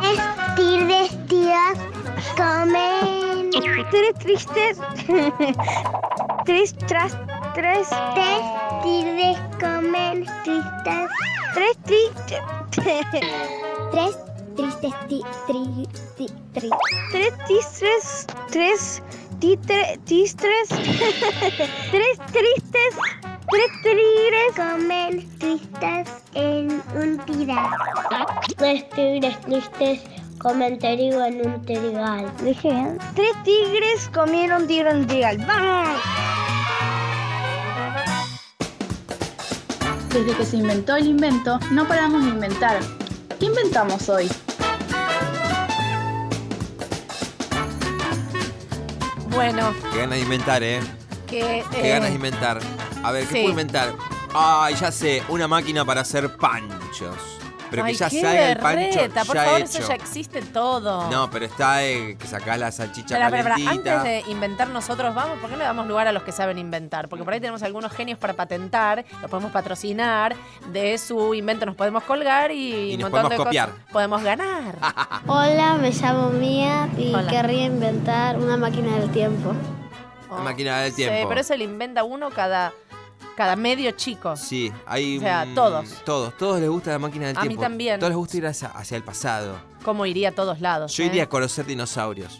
Vestir vestidas, comen. Tres tristes. Tres tras tres. Tres tristes comen tristes. Tres tristes. Tres tristes ti, tri, ti, tri. Tres tistres. Tres titre, tistres. tres tristes. Tres tigres comen tristes en un tirar. Tres tigres tristes comen trigo en un trigal. Dije bien. Tres tigres comieron trigo en un trigal. ¡Vamos!
Desde que se inventó el invento, no paramos de inventar. ¿Qué inventamos hoy?
Bueno,
Qué ganas de inventar, ¿eh?
que.
Qué
eh,
ganas de inventar. A ver, ¿qué
sí.
puedo inventar? Ay, ya sé, una máquina para hacer panchos. Pero que
ay,
ya
qué
salga el pancho
berreta, Por
ya
favor,
hecho.
eso ya existe todo.
No, pero está eh, que sacás la salchicha
Espera, espera, espera.
calentita.
Antes de inventar nosotros, vamos, ¿por qué no le damos lugar a los que saben inventar? Porque por ahí tenemos algunos genios para patentar, los podemos patrocinar, de su invento nos podemos colgar y,
Y
un montón
nos podemos
de
copiar.
cosas. Podemos ganar.
Hola, me llamo Mía y
Hola.
querría inventar una máquina del tiempo.
La máquina del
Sí,
tiempo.
pero eso lo inventa uno cada, cada medio chico.
Sí, hay.
O sea,
un-
todos.
Todos, todos les gusta la máquina del
A mí
tiempo.
también.
Todos les gusta ir hacia, hacia el pasado.
¿Cómo iría a todos lados?
Yo
eh?
iría a conocer dinosaurios.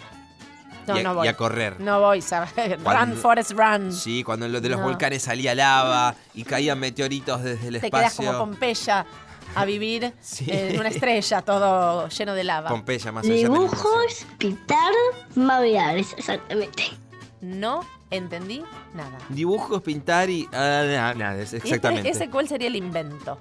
No,
y a,
no voy.
y a correr.
No voy, ¿sabes? Run,
Cuando-
Forest, run.
Sí, cuando lo de los
Mm. No.
volcanes salía lava y caían meteoritos desde el
Te quedas
espacio.
como Pompeya a vivir eh, en una estrella todo lleno de lava.
Pompeya, más allá de-
Dibujos, pintar, maviales, exactamente.
No entendí nada.
Dibujos, pintar y. ah, nada, nada, es-
¿Y este-
exactamente.
¿Ese cuál sería el invento?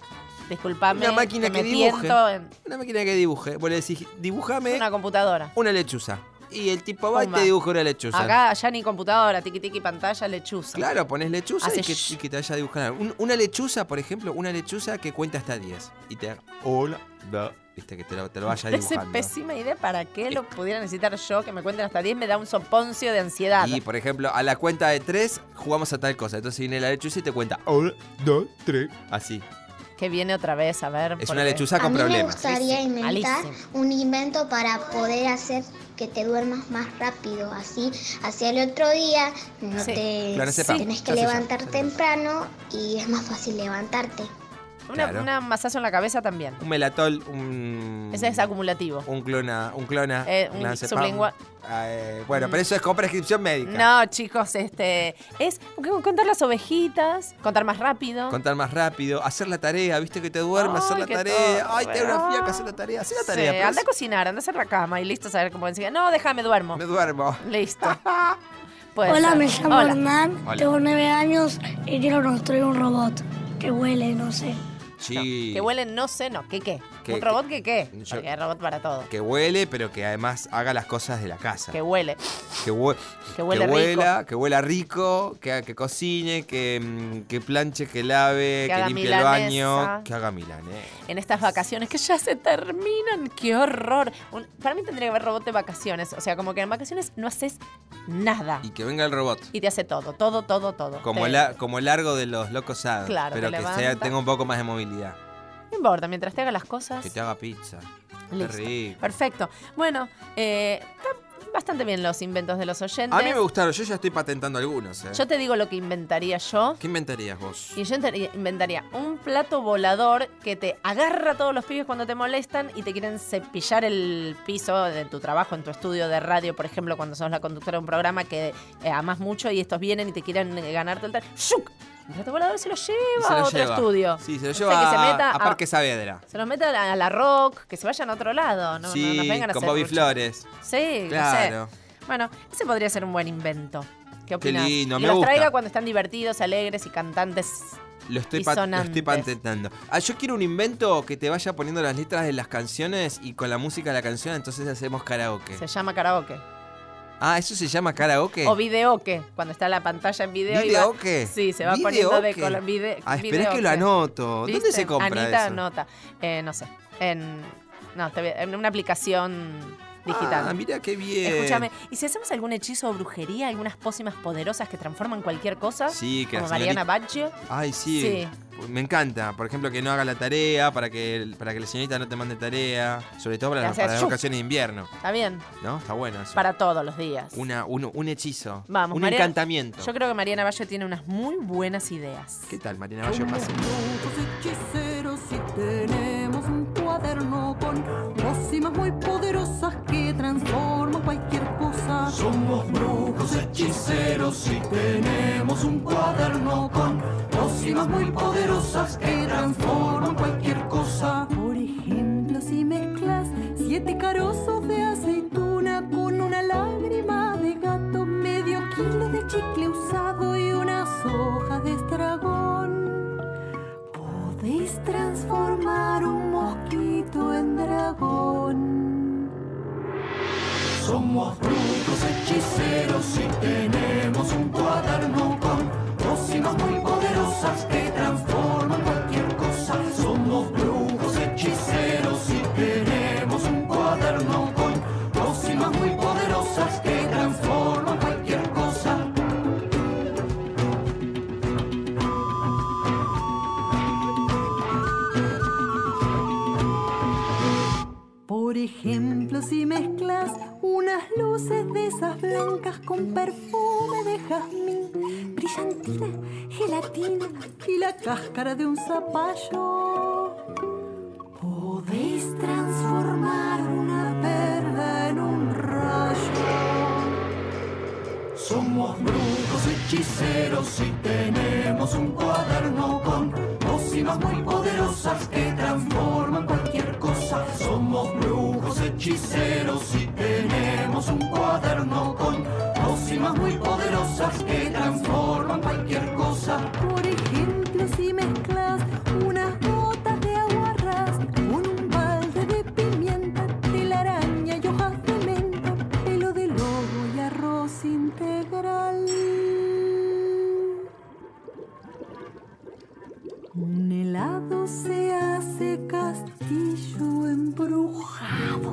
Disculpame.
Una máquina
te
que
me
dibuje.
tiento en-
Una máquina que dibuje. Vos le decís, dibujame.
Una computadora.
Una lechuza. Y el tipo va y
Pumba.
te dibuja una lechuza.
Acá ya ni computadora, tiki tiki pantalla, lechuza.
Claro, pones lechuza y
Hace
que, y que te haya dibujado. Un- una lechuza, por ejemplo, una lechuza que cuenta hasta 10. Y te haga. Hola, da. Viste, que te lo, te lo vaya
Parece
dibujando.
pésima idea para qué lo pudiera necesitar yo, que me cuenten hasta 10, me da un soponcio de ansiedad.
Y por ejemplo, a la cuenta de 3 jugamos a tal cosa. Entonces viene la lechuza y te cuenta. 1, 2, 3. Así.
Que viene otra vez, a ver.
Es
porque-
una lechuza
A
con
mí me
problemas.
gustaría inventar
Malísimo.
un invento para poder hacer que te duermas más rápido. Así, hacia el otro día no
Sí.
te
Planesepa.
tenés que
Ya sé ya.
levantar temprano y es más fácil levantarte.
Una,
Claro.
una masazo en la cabeza también.
Un melatol, un.
Ese es acumulativo.
Un clona, un clona.
Eh, un
lancepam.
sublingua-
Eh, bueno, pero eso es con prescripción médica.
No, chicos, este. Es contar las ovejitas, contar más rápido.
Contar más rápido, hacer la tarea, viste que te duermes, hacer la
qué
tarea.
todo,
Ay, Eh, te da
¿verdad?
una fiaca, hacer la tarea, hacer la
Sí,
tarea. pero
anda a cocinar, anda a hacer la cama y listo, a ver cómo enseguida. No, déjame, duermo. Me
duermo.
Listo.
Hola, me llamo Hernán,
Hola.
tengo nueve años y quiero construir un robot que huele, no sé.
es- Sí.
Que huele, no sé, no, ¿qué qué?
Que-
Un robot que qué.
Yo-
Porque hay robot para todo.
Que huele, pero que además haga las cosas de la casa.
Que huele.
Que, hue-
Que huele rico.
huela, que huela rico, que, que cocine, que, mm, que planche, que lave,
Que
que,
haga
limpie el
milanesa.
baño, que haga milanesa.
En estas vacaciones que ya se terminan, qué horror. Un- para mí tendría que haber robot de vacaciones. O sea, como que en vacaciones no haces nada.
Y que venga el robot.
Y te hace todo, todo, todo, todo.
Como,
Te-
la- como largo de los locos sados.
Claro,
pero
te
que sea-
levanta.
tenga un poco más de movilidad.
No importa, mientras te haga las cosas.
Que te haga pizza. Qué
Listo.
rico.
Perfecto. Bueno, eh, están bastante bien los inventos de los oyentes.
A mí me gustaron, yo ya estoy patentando algunos. ¿eh?
Yo te digo lo que inventaría yo.
¿Qué inventarías vos?
Y yo inter- inventaría un plato volador que te agarra a todos los pibes cuando te molestan y te quieren cepillar el piso de tu trabajo, en tu estudio de radio, por ejemplo, cuando sos la conductora de un programa que eh, amas mucho y estos vienen y te quieren eh, ganar todo el tal. ¡Shuk! Un plato volador se lo lleva
Y se
a
lo
otro
lleva.
estudio.
Sí, se lo
No sé,
lleva
que se
a-
meta
a, Parque Saavedra.
Se los meta a la, a la rock, que se vayan a otro lado. No, no
sí,
nos vengan a
con
hacer
Bobby
rucha.
Flores.
Sí,
Claro.
no sé. Bueno, ese podría ser un buen invento. ¿Qué opinas?
lindo,
y
me
los
gusta.
traiga cuando están divertidos, alegres y cantantes.
Lo estoy,
Y
pat- lo
sonantes.
estoy patentando. Ah, yo quiero un invento que te vaya poniendo las letras de las canciones y con la música de la canción, entonces hacemos karaoke.
Se llama karaoke.
Ah, ¿eso se llama karaoke?
O videoque, cuando está la pantalla en video. y va-
¿Videoque?
sí, se va poniendo de
¿Videoque?
color. Vide,
Ah, esperá que lo
videoque.
anoto. ¿Dónde
¿Viste?
se compra
Anita
eso?
anota. Eh, no sé. En, no, te voy- en una aplicación digital.
Ah, mira qué bien.
Escúchame, ¿y si hacemos algún hechizo o brujería, algunas pócimas poderosas que transforman cualquier cosa?
Sí, que la
Como Mariana
señorita-
Baggio.
Ay, sí. Me encanta. Por ejemplo, que no haga la tarea para que, para que la señorita no te mande tarea. Sobre todo
Que
para,
hace
para las
shuf.
vacaciones de invierno.
Está bien,
¿No? Está bueno eso.
para todos los días.
Una, un, un hechizo.
Vamos,
Un
Mariana-
encantamiento.
Yo creo que Mariana Baggio tiene unas muy buenas ideas.
¿Qué tal, Marina Bayo? Pase.
hechiceros y tenemos un cuaderno con pócimas muy poderosas que transforman cualquier cosa. Somos brujos hechiceros y tenemos un cuaderno con pócimas muy poderosas que transforman cualquier cosa. Por ejemplo, si mezclas siete carozos de aceituna con una lágrima de gato, medio kilo de chicle usado y unas hojas de estragón. Podéis transformar un mosquito en dragón. Somos brujos hechiceros y tenemos un cuaderno con pócimas muy poderosas que transforman cualquier cosa. Somos brujos hechiceros y tenemos un cuaderno con pócimas muy poderosas que transforman cualquier cosa. Por ejemplo, si mezclas unas luces de esas blancas con perfume de jazmín, brillantina, gelatina y la cáscara de un zapallo, podéis transformar una perla en un rayo. Somos brujos hechiceros y tenemos un cuaderno con pócimas muy poderosas que transforman cualquier cosa. Somos brujos hechiceros y tenemos un cuaderno con pócimas muy poderosas que transforman cualquier cosa. Por ejemplo, si mezclas unas gotas de aguarrás con un balde de pimienta, telaraña y hojas de menta, pelo de lobo y arroz integral. Un helado se hace castillo embrujado.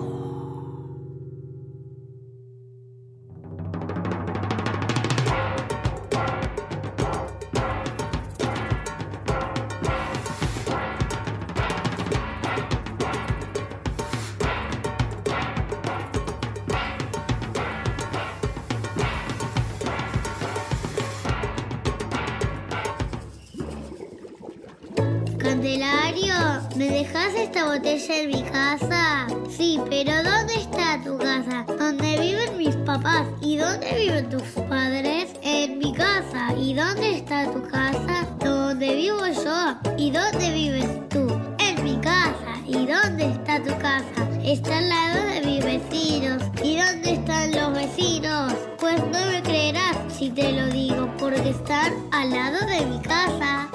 Candelario, ¿me dejas esta botella en mi casa? Sí, pero ¿dónde está tu casa? ¿Dónde viven mis papás? ¿Y dónde viven tus padres? En mi casa. ¿Y dónde está tu casa? ¿Dónde vivo yo? ¿Y dónde vives tú? En mi casa. ¿Y dónde está tu casa? Está al lado de mis vecinos. ¿Y dónde están los vecinos? Pues no me creerás si te lo digo, porque están al lado de mi casa.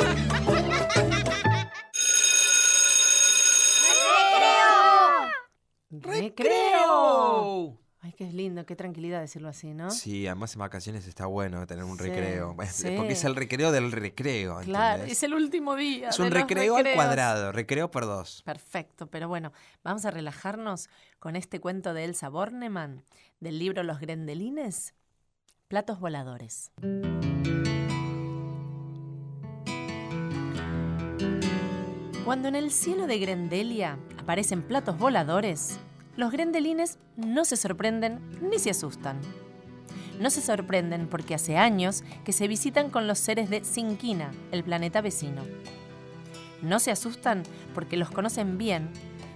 ¡Recreo! Ay, qué lindo, qué tranquilidad decirlo así, ¿no?
Sí, además en vacaciones está bueno tener un
Sí,
recreo. Es-
sí.
Porque es el recreo del recreo.
Claro,
¿entendés?
es el último día.
Es
de
un
los
recreo al
recreos.
cuadrado, recreo por dos.
Perfecto, pero bueno, vamos a relajarnos con este cuento de Elsa Bornemann del libro Los Grendelines, Platos Voladores. Cuando en el cielo de Grendelia aparecen platos voladores, los grendelines no se sorprenden ni se asustan. No se sorprenden porque hace años que se visitan con los seres de Sinquina, el planeta vecino. No se asustan porque los conocen bien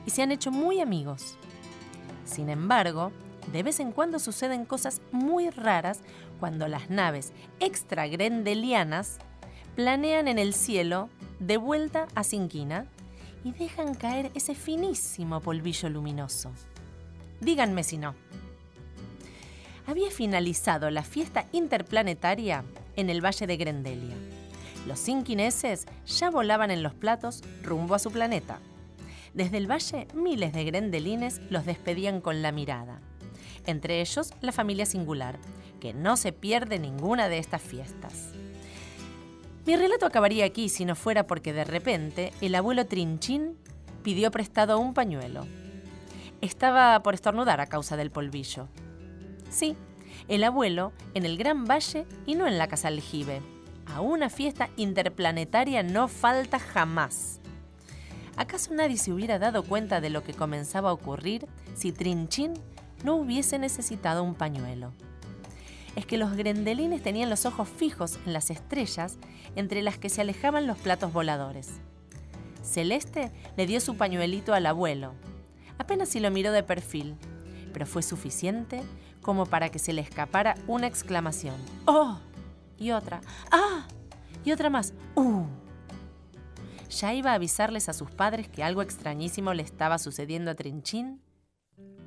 y se han hecho muy amigos. Sin embargo, de vez en cuando suceden cosas muy raras cuando las naves extragrendelianas planean en el cielo de vuelta a Sinquina y dejan caer ese finísimo polvillo luminoso. Díganme si no. Había finalizado la fiesta interplanetaria en el Valle de Grendelia. Los sinquineses ya volaban en los platos rumbo a su planeta. Desde el valle, miles de grendelines los despedían con la mirada. entre ellos la familia singular, que no se pierde ninguna de estas fiestas. Mi relato acabaría aquí si no fuera porque de repente el abuelo Trinchín pidió prestado un pañuelo. Estaba por estornudar a causa del polvillo. Sí, el abuelo en el Gran Valle y no en la Casa Aljibe. A una fiesta interplanetaria no falta jamás. ¿Acaso nadie se hubiera dado cuenta de lo que comenzaba a ocurrir si Trinchín no hubiese necesitado un pañuelo? Es que los grendelines tenían los ojos fijos en las estrellas entre las que se alejaban los platos voladores. Celeste le dio su pañuelito al abuelo, apenas si lo miró de perfil, pero fue suficiente como para que se le escapara una exclamación. ¡Oh! Y otra. ¡Ah! Y otra más. ¡Uh! ya iba a avisarles a sus padres que algo extrañísimo le estaba sucediendo a Trinchín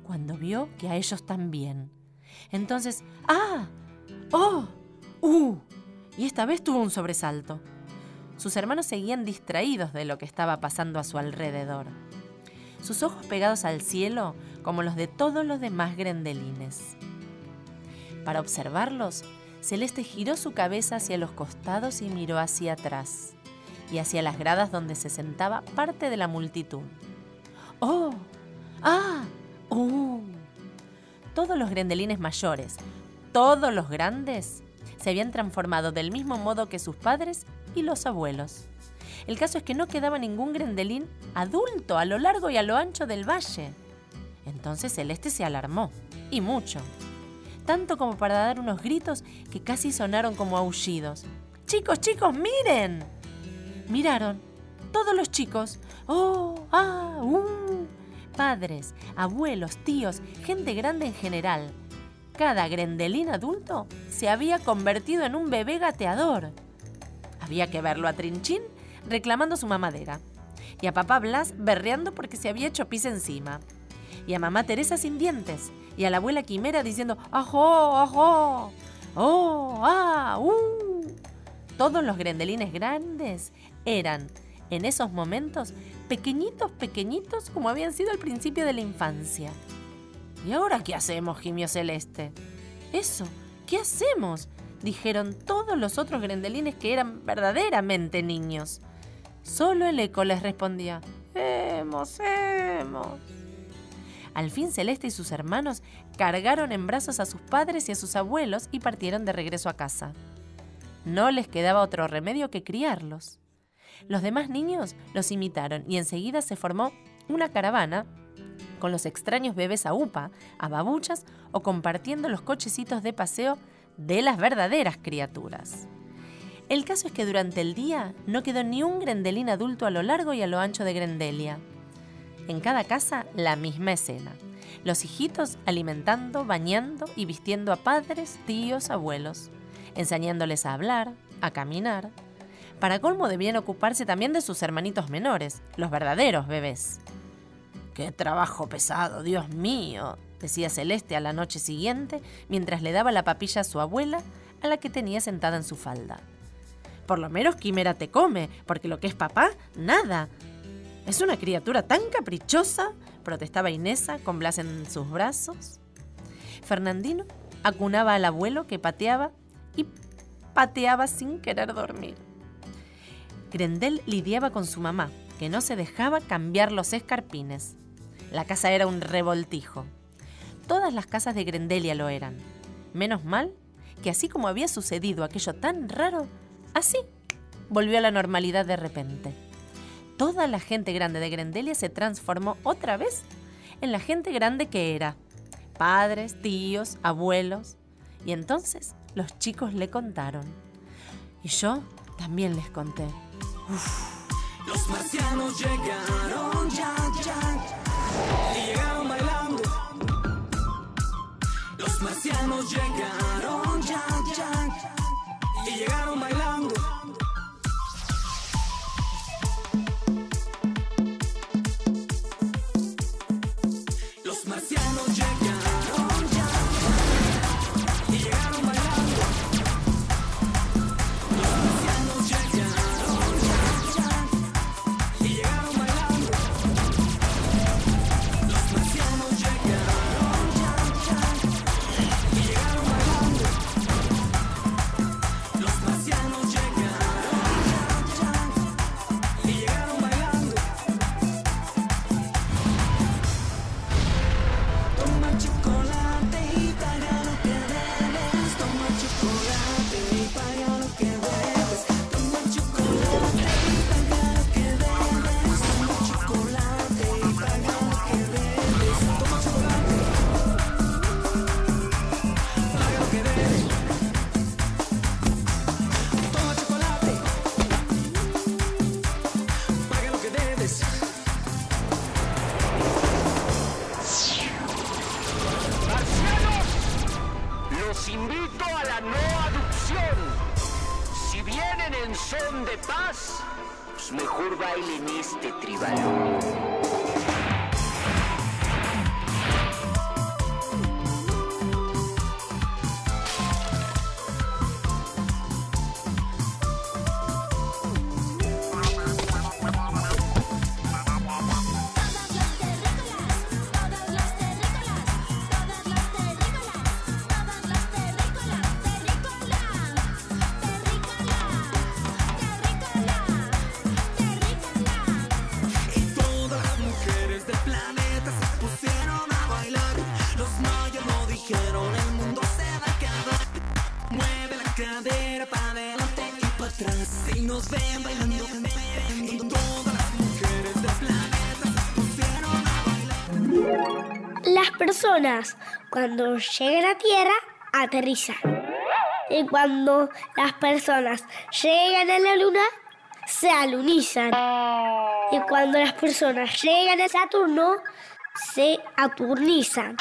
cuando vio que a ellos también. Entonces, ¡ah! ¡oh! ¡uh! Y esta vez tuvo un sobresalto. Sus hermanos seguían distraídos de lo que estaba pasando a su alrededor. Sus ojos pegados al cielo como los de todos los demás grendelines. Para observarlos, Celeste giró su cabeza hacia los costados y miró hacia atrás y hacia las gradas donde se sentaba parte de la multitud. ¡Oh! ¡Ah! ¡Uh! Todos los grendelines mayores, todos los grandes, se habían transformado del mismo modo que sus padres y los abuelos. El caso es que no quedaba ningún grendelín adulto a lo largo y a lo ancho del valle. Entonces Celeste se alarmó, y mucho. Tanto como para dar unos gritos que casi sonaron como aullidos. ¡Chicos, chicos, miren! Miraron. Todos los chicos. ¡Oh! ¡Ah! ¡Uh! Padres, abuelos, tíos, gente grande en general. Cada grendelín adulto se había convertido en un bebé gateador. Había que verlo a Trinchín reclamando su mamadera. Y a papá Blas berreando porque se había hecho pis encima. Y a mamá Teresa sin dientes. Y a la abuela Quimera diciendo ¡Ajo! ¡Ajo! ¡Oh! ¡Ah! ¡Uh! Todos los grendelines grandes eran, en esos momentos, pequeñitos, pequeñitos como habían sido al principio de la infancia. ¿Y ahora qué hacemos, gimió Celeste? Eso, ¿qué hacemos? dijeron todos los otros grendelines que eran verdaderamente niños. Solo el eco les respondía, hemos, hemos. Al fin Celeste y sus hermanos cargaron en brazos a sus padres y a sus abuelos y partieron de regreso a casa. No les quedaba otro remedio que criarlos. Los demás niños los imitaron y enseguida se formó una caravana con los extraños bebés a upa, a babuchas o compartiendo los cochecitos de paseo de las verdaderas criaturas. El caso es que durante el día no quedó ni un grendelín adulto a lo largo y a lo ancho de Grendelia. En cada casa la misma escena. Los hijitos alimentando, bañando y vistiendo a padres, tíos, abuelos, enseñándoles a hablar, a caminar, para colmo debían ocuparse también de sus hermanitos menores, los verdaderos bebés. ¡Qué trabajo pesado, Dios mío! decía Celeste a la noche siguiente mientras le daba la papilla a su abuela, a la que tenía sentada en su falda. Por lo menos Quimera te come, porque lo que es papá, nada. Es una criatura tan caprichosa, protestaba Inesa con Blas en sus brazos. Fernandino acunaba al abuelo que pateaba y pateaba sin querer dormir. Grendel lidiaba con su mamá, que no se dejaba cambiar los escarpines. La casa era un revoltijo. Todas las casas de Grendelia lo eran. Menos mal que así como había sucedido aquello tan raro, así volvió a la normalidad de repente. Toda la gente grande de Grendelia se transformó otra vez en la gente grande que era. Padres, tíos, abuelos. Y entonces los chicos le contaron. Y yo también les conté. Uf.
Los marcianos llegaron ya, ya. Y llegaron bailando. Los marcianos llegaron ya, ya. Y llegaron bailando. Los marcianos llegaron ya. ya, Y llegaron bailando. Los marcianos llegaron ya, ya. Y llegaron bailando. Los marcianos llegaron ya, ya.
en son de paz, pues mejor bailen este tribal.
Y todas las mujeres del planeta se pusieron a bailar. Los mayas no dijeron, el mundo se va a acabar. Mueve la cadera para adelante y para atrás. Y nos ven bailando. Y todas las mujeres del planeta se pusieron a
Las personas cuando llegan a tierra aterrizan. Y cuando las personas llegan a la luna se alunizan. Y cuando las personas llegan a Saturno se aturnizan.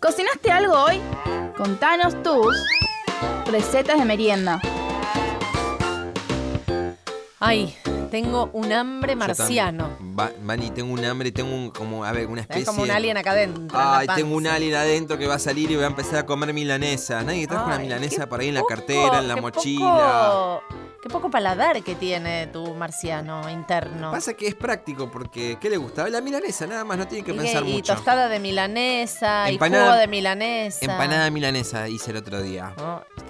¿Cocinaste algo hoy? Contanos tus recetas de merienda.
Ay, tengo un hambre
Yo también.
marciano.
Va- Vani, tengo un hambre, tengo un, como, a ver, una especie.
Es como un
de-
alien acá adentro. en la
Ay, tengo un
panza.
alien adentro que va a salir y va a empezar a comer milanesa. Nadie trajo una
Ay,
milanesa
qué
por ahí en la
poco-
cartera, en la
Oh, qué
mochila.
poco- qué poco paladar que tiene tu marciano interno.
Pasa que es práctico porque ¿qué le gustaba? La milanesa, nada más, no tiene que
y,
pensar
y
mucho.
tostada de milanesa, y
Empanada-
jugo de milanesa.
Empanada milanesa hice el otro día.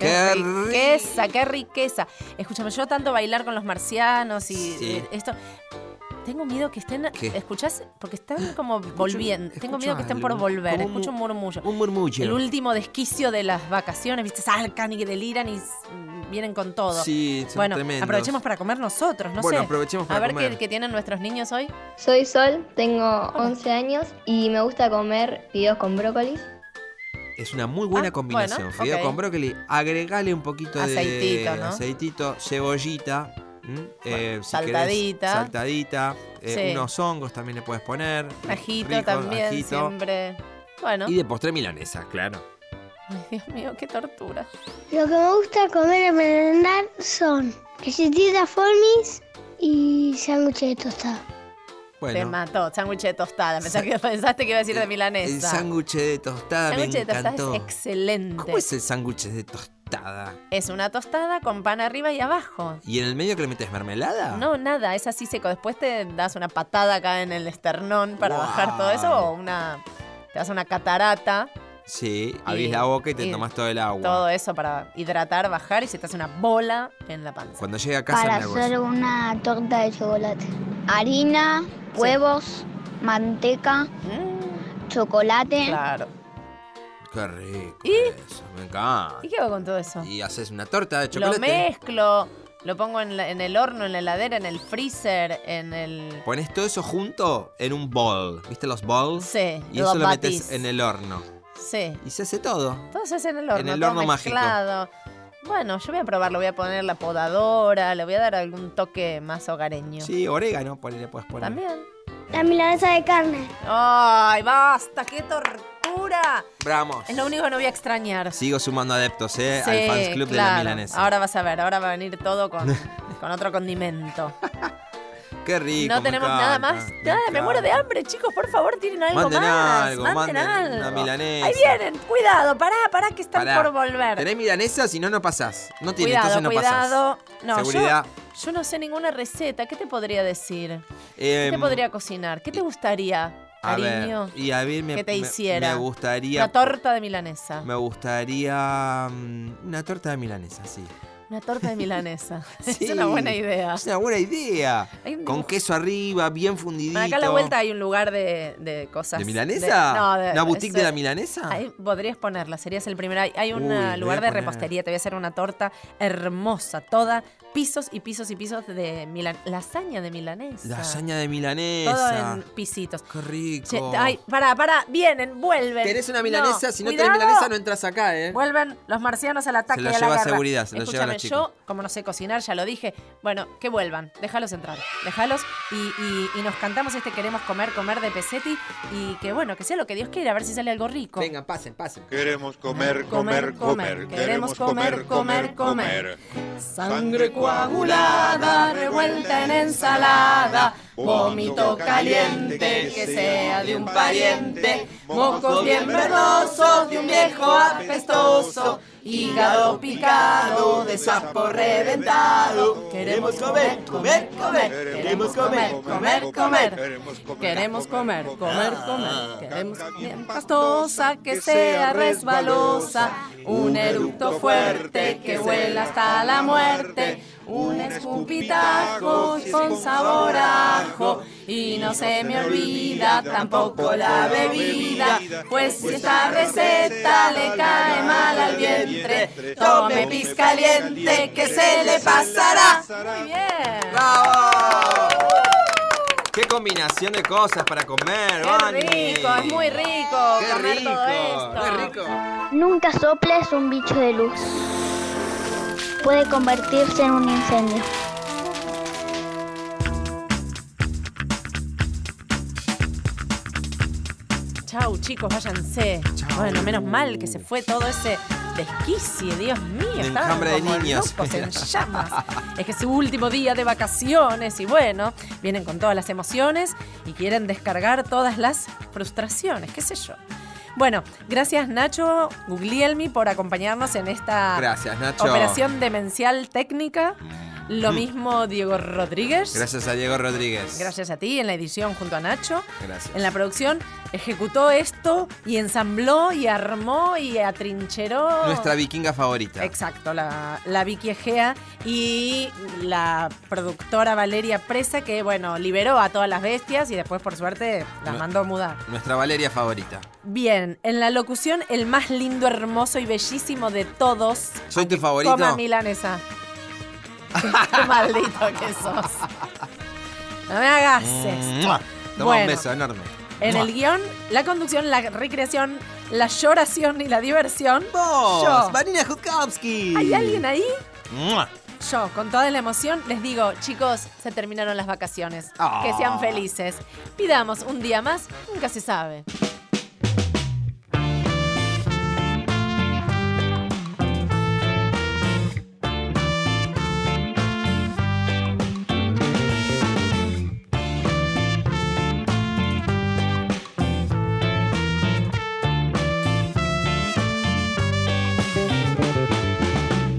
Qué, riqueza, qué riqueza. Escúchame, yo tanto bailar con los marcianos y
Sí.
eh, esto. Tengo miedo que estén.
¿Qué?
¿Escuchás? Porque están como volviendo. Tengo miedo que estén por
algo,
volver.
como un
Escucho un murmullo.
Un murmullo.
El último desquicio de las vacaciones, ¿viste? Salcan y deliran y s- vienen con todo.
Sí, son
Bueno,
tremendos.
aprovechemos para comer nosotros, no
Bueno,
sé.
aprovechemos
A
para
ver
comer.
Qué, qué tienen nuestros niños hoy.
Soy Sol, tengo 11 años y me gusta comer fideos con brócolis.
Es una
Ah,
muy buena combinación.
bueno,
Fideo
ok.
con brócoli, agregale un poquito
Aceitito,
de
¿no?
aceitito, cebollita, ¿m? Eh, si
saltadita.
querés, saltadita, eh,
Sí.
unos hongos también le puedes poner.
Ajito
rico,
también,
ajito.
siempre. Bueno.
Y de postre milanesa, claro.
Ay, Dios mío, qué tortura.
Lo que me gusta comer en merendar son galletitas formis y sándwiches de tostada.
Te
Bueno, eh,
mató, sándwich de tostada. Pensá que- pensaste que iba a decir de
el
milanesa.
sándwich de tostada
Sándwich
me
de tostada
encantó.
es excelente.
¿Cómo es el sándwich de tostada?
Es una tostada con pan arriba y abajo.
¿Y en el medio que le metes mermelada?
No, nada, es así seco. Después te das una patada acá en el esternón para bajar todo eso o una te das una catarata,
Sí, abrís la boca y te tomás todo el agua.
todo eso para hidratar, bajar y se te hace una bola en la panza.
Cuando llegue a casa me hago eso.
una torta de chocolate. Harina, huevos, manteca, chocolate.
Claro.
Qué rico.
¿Y?
eso, Me encanta.
¿Y qué hago con todo eso?
Y haces una torta de
Lo
chocolate.
mezclo, lo pongo en, la- en el horno, en la heladera, en el freezer, en el
Pones todo eso junto en un bowl. ¿Viste los bowls?
Sí,
Y
los
eso lo
batís.
metes en el horno.
sí.
Y se hace todo.
Todo se hace en el horno,
En el
todo
horno mágico.
mezclado. Bueno, yo voy a probarlo, voy a poner la podadora, le voy a dar algún toque más hogareño.
Sí, orégano ponle, le puedes poner.
También.
La milanesa de carne.
¡Ay, basta! ¡Qué tortura!
Vamos.
Es lo único que no voy a extrañar.
Sigo sumando adeptos, ¿eh?
Sí,
al fans club de la
claro.
milanesa.
Ahora vas a ver, ahora va a venir todo con, con otro condimento.
Qué rico.
no
me
tenemos
encanta.
nada más. Nada, me
encanta.
muero de hambre, chicos. Por favor, tienen algo
Manden
más.
algo,
manden,
manden
algo.
una milanesa.
Ahí vienen, cuidado, pará, pará, que están
Pará.
por volver.
Tenés milanesa, si no, no pasás. No tiene,
cuidado,
entonces no
cuidado.
pasás.
No, yo-
Seguridad.
Yo, no sé ninguna receta. ¿Qué te podría decir? ¿Qué te
Em,
podría cocinar? ¿Qué te gustaría,
A ver,
cariño?
y a ver, me,
que te
me-
hiciera.
Me gustaría.
Una torta de milanesa.
Me gustaría mm, una torta de milanesa, sí.
Una torta de milanesa.
Sí,
es una buena idea.
Es una buena idea.
Hay un
Con
dibujo-
queso arriba, bien fundidito.
Acá a la vuelta hay un lugar de, de cosas.
¿De milanesa?
no, de-
¿Una boutique
eso-
de la milanesa?
Ahí podrías ponerla, serías el primero. Hay, hay un
Uy, le voy a
lugar de
poner.
repostería, te voy a hacer una torta hermosa, toda pisos y pisos y pisos de milan lasaña de milanesa.
Lasaña de
Todo
milanesa.
en pisitos.
Qué rico.
Che, ay, pará, pará, vienen, vuelven.
Tenés una milanesa,
No,
si no
cuidado.
tenés milanesa no entras acá, ¿eh?
Vuelven los marcianos al ataque
Se lo
y a la
lleva
guerra.
seguridad, se lo lleva
Escúchame,
la chico.
yo, como no sé cocinar, ya lo dije, bueno, que vuelvan, déjalos entrar, déjalos y, y- y nos cantamos este queremos comer, comer de pesetti y que bueno, que sea lo que Dios quiera, a ver si sale algo rico.
Vengan, pasen, pasen.
Queremos comer,
Comer,
comer,
comer.
comer.
Queremos comer, comer, comer.
Sangre
coagulada, revuelta en ensalada,
vómito caliente que sea de un pariente, mocos bien verdosos de un viejo apestoso, hígado picado de sapo reventado. Queremos comer, comer, comer, queremos comer, comer, comer.
Queremos comer, comer, comer. Queremos comer pastosa que sea resbalosa. Un eructo fuerte que vuela hasta la muerte. Un escupitajo con sabor a ajo. Y no se me olvida tampoco la bebida. Pues si esta receta le cae mal al vientre, tome pis caliente que se le pasará. Muy bien.
¡Qué combinación de cosas para comer, Vani!
¡Qué rico! Es muy rico
¡Qué
comer
rico!
todo esto.
¡Qué rico!
Nunca soples un bicho de luz. Puede convertirse en un incendio.
Chau, chicos, váyanse. Bueno, menos mal que se fue todo ese desquicie, Dios mío.
Un
estaban
enjambre de
como
niños.
locos en llamas. es que es su último día de vacaciones y bueno, vienen con todas las emociones y quieren descargar todas las frustraciones, qué sé yo. Bueno, gracias Nacho Guglielmi por acompañarnos en esta
Gracias, Nacho. Mm.
operación demencial técnica. Lo mismo Diego Rodríguez.
Gracias a Diego Rodríguez.
Gracias a ti en la edición junto a Nacho.
Gracias.
En la producción ejecutó esto y ensambló y armó y atrincheró.
Nuestra vikinga favorita.
Exacto, la, la Vicky Egea y la productora Valeria Presa que, bueno, liberó a todas las bestias y después, por suerte, las
No.
mandó a mudar.
Nuestra Valeria favorita.
Bien, en la locución, el más lindo, hermoso y bellísimo de todos,
¿Soy tu favorito?
Toma milanesa. Qué maldito que sos. No me hagas
Mm.
esto.
¡Mua! Toma un
Bueno.
beso enorme.
En
¡Mua!
el guión, la conducción, la recreación, la lloración y la diversión.
¡Vos!
Yo.
¡Marina Jutkowski!
¿Hay alguien ahí?
¡Mua!
Yo, con toda la emoción, les digo, chicos, se terminaron las vacaciones.
Ah.
Que sean felices. Pidamos un día más, nunca se sabe.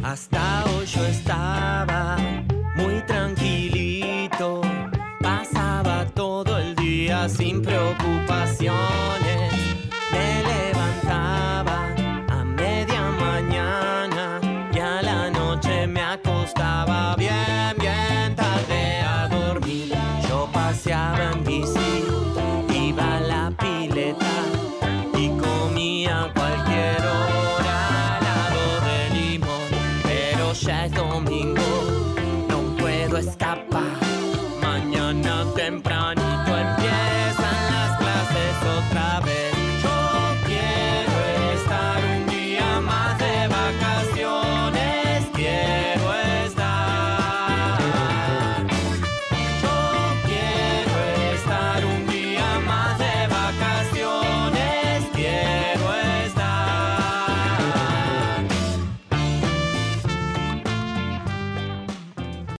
Hasta hoy yo estaba muy tranquilito, pasaba todo el día sin preocupaciones. Me levantaba a media mañana y a la noche me acostaba bien, bien tarde a dormir. Yo paseaba en bici, iba a la pileta y comía a cualquier hora helado de limón. Pero ya es domingo, no puedo escapar.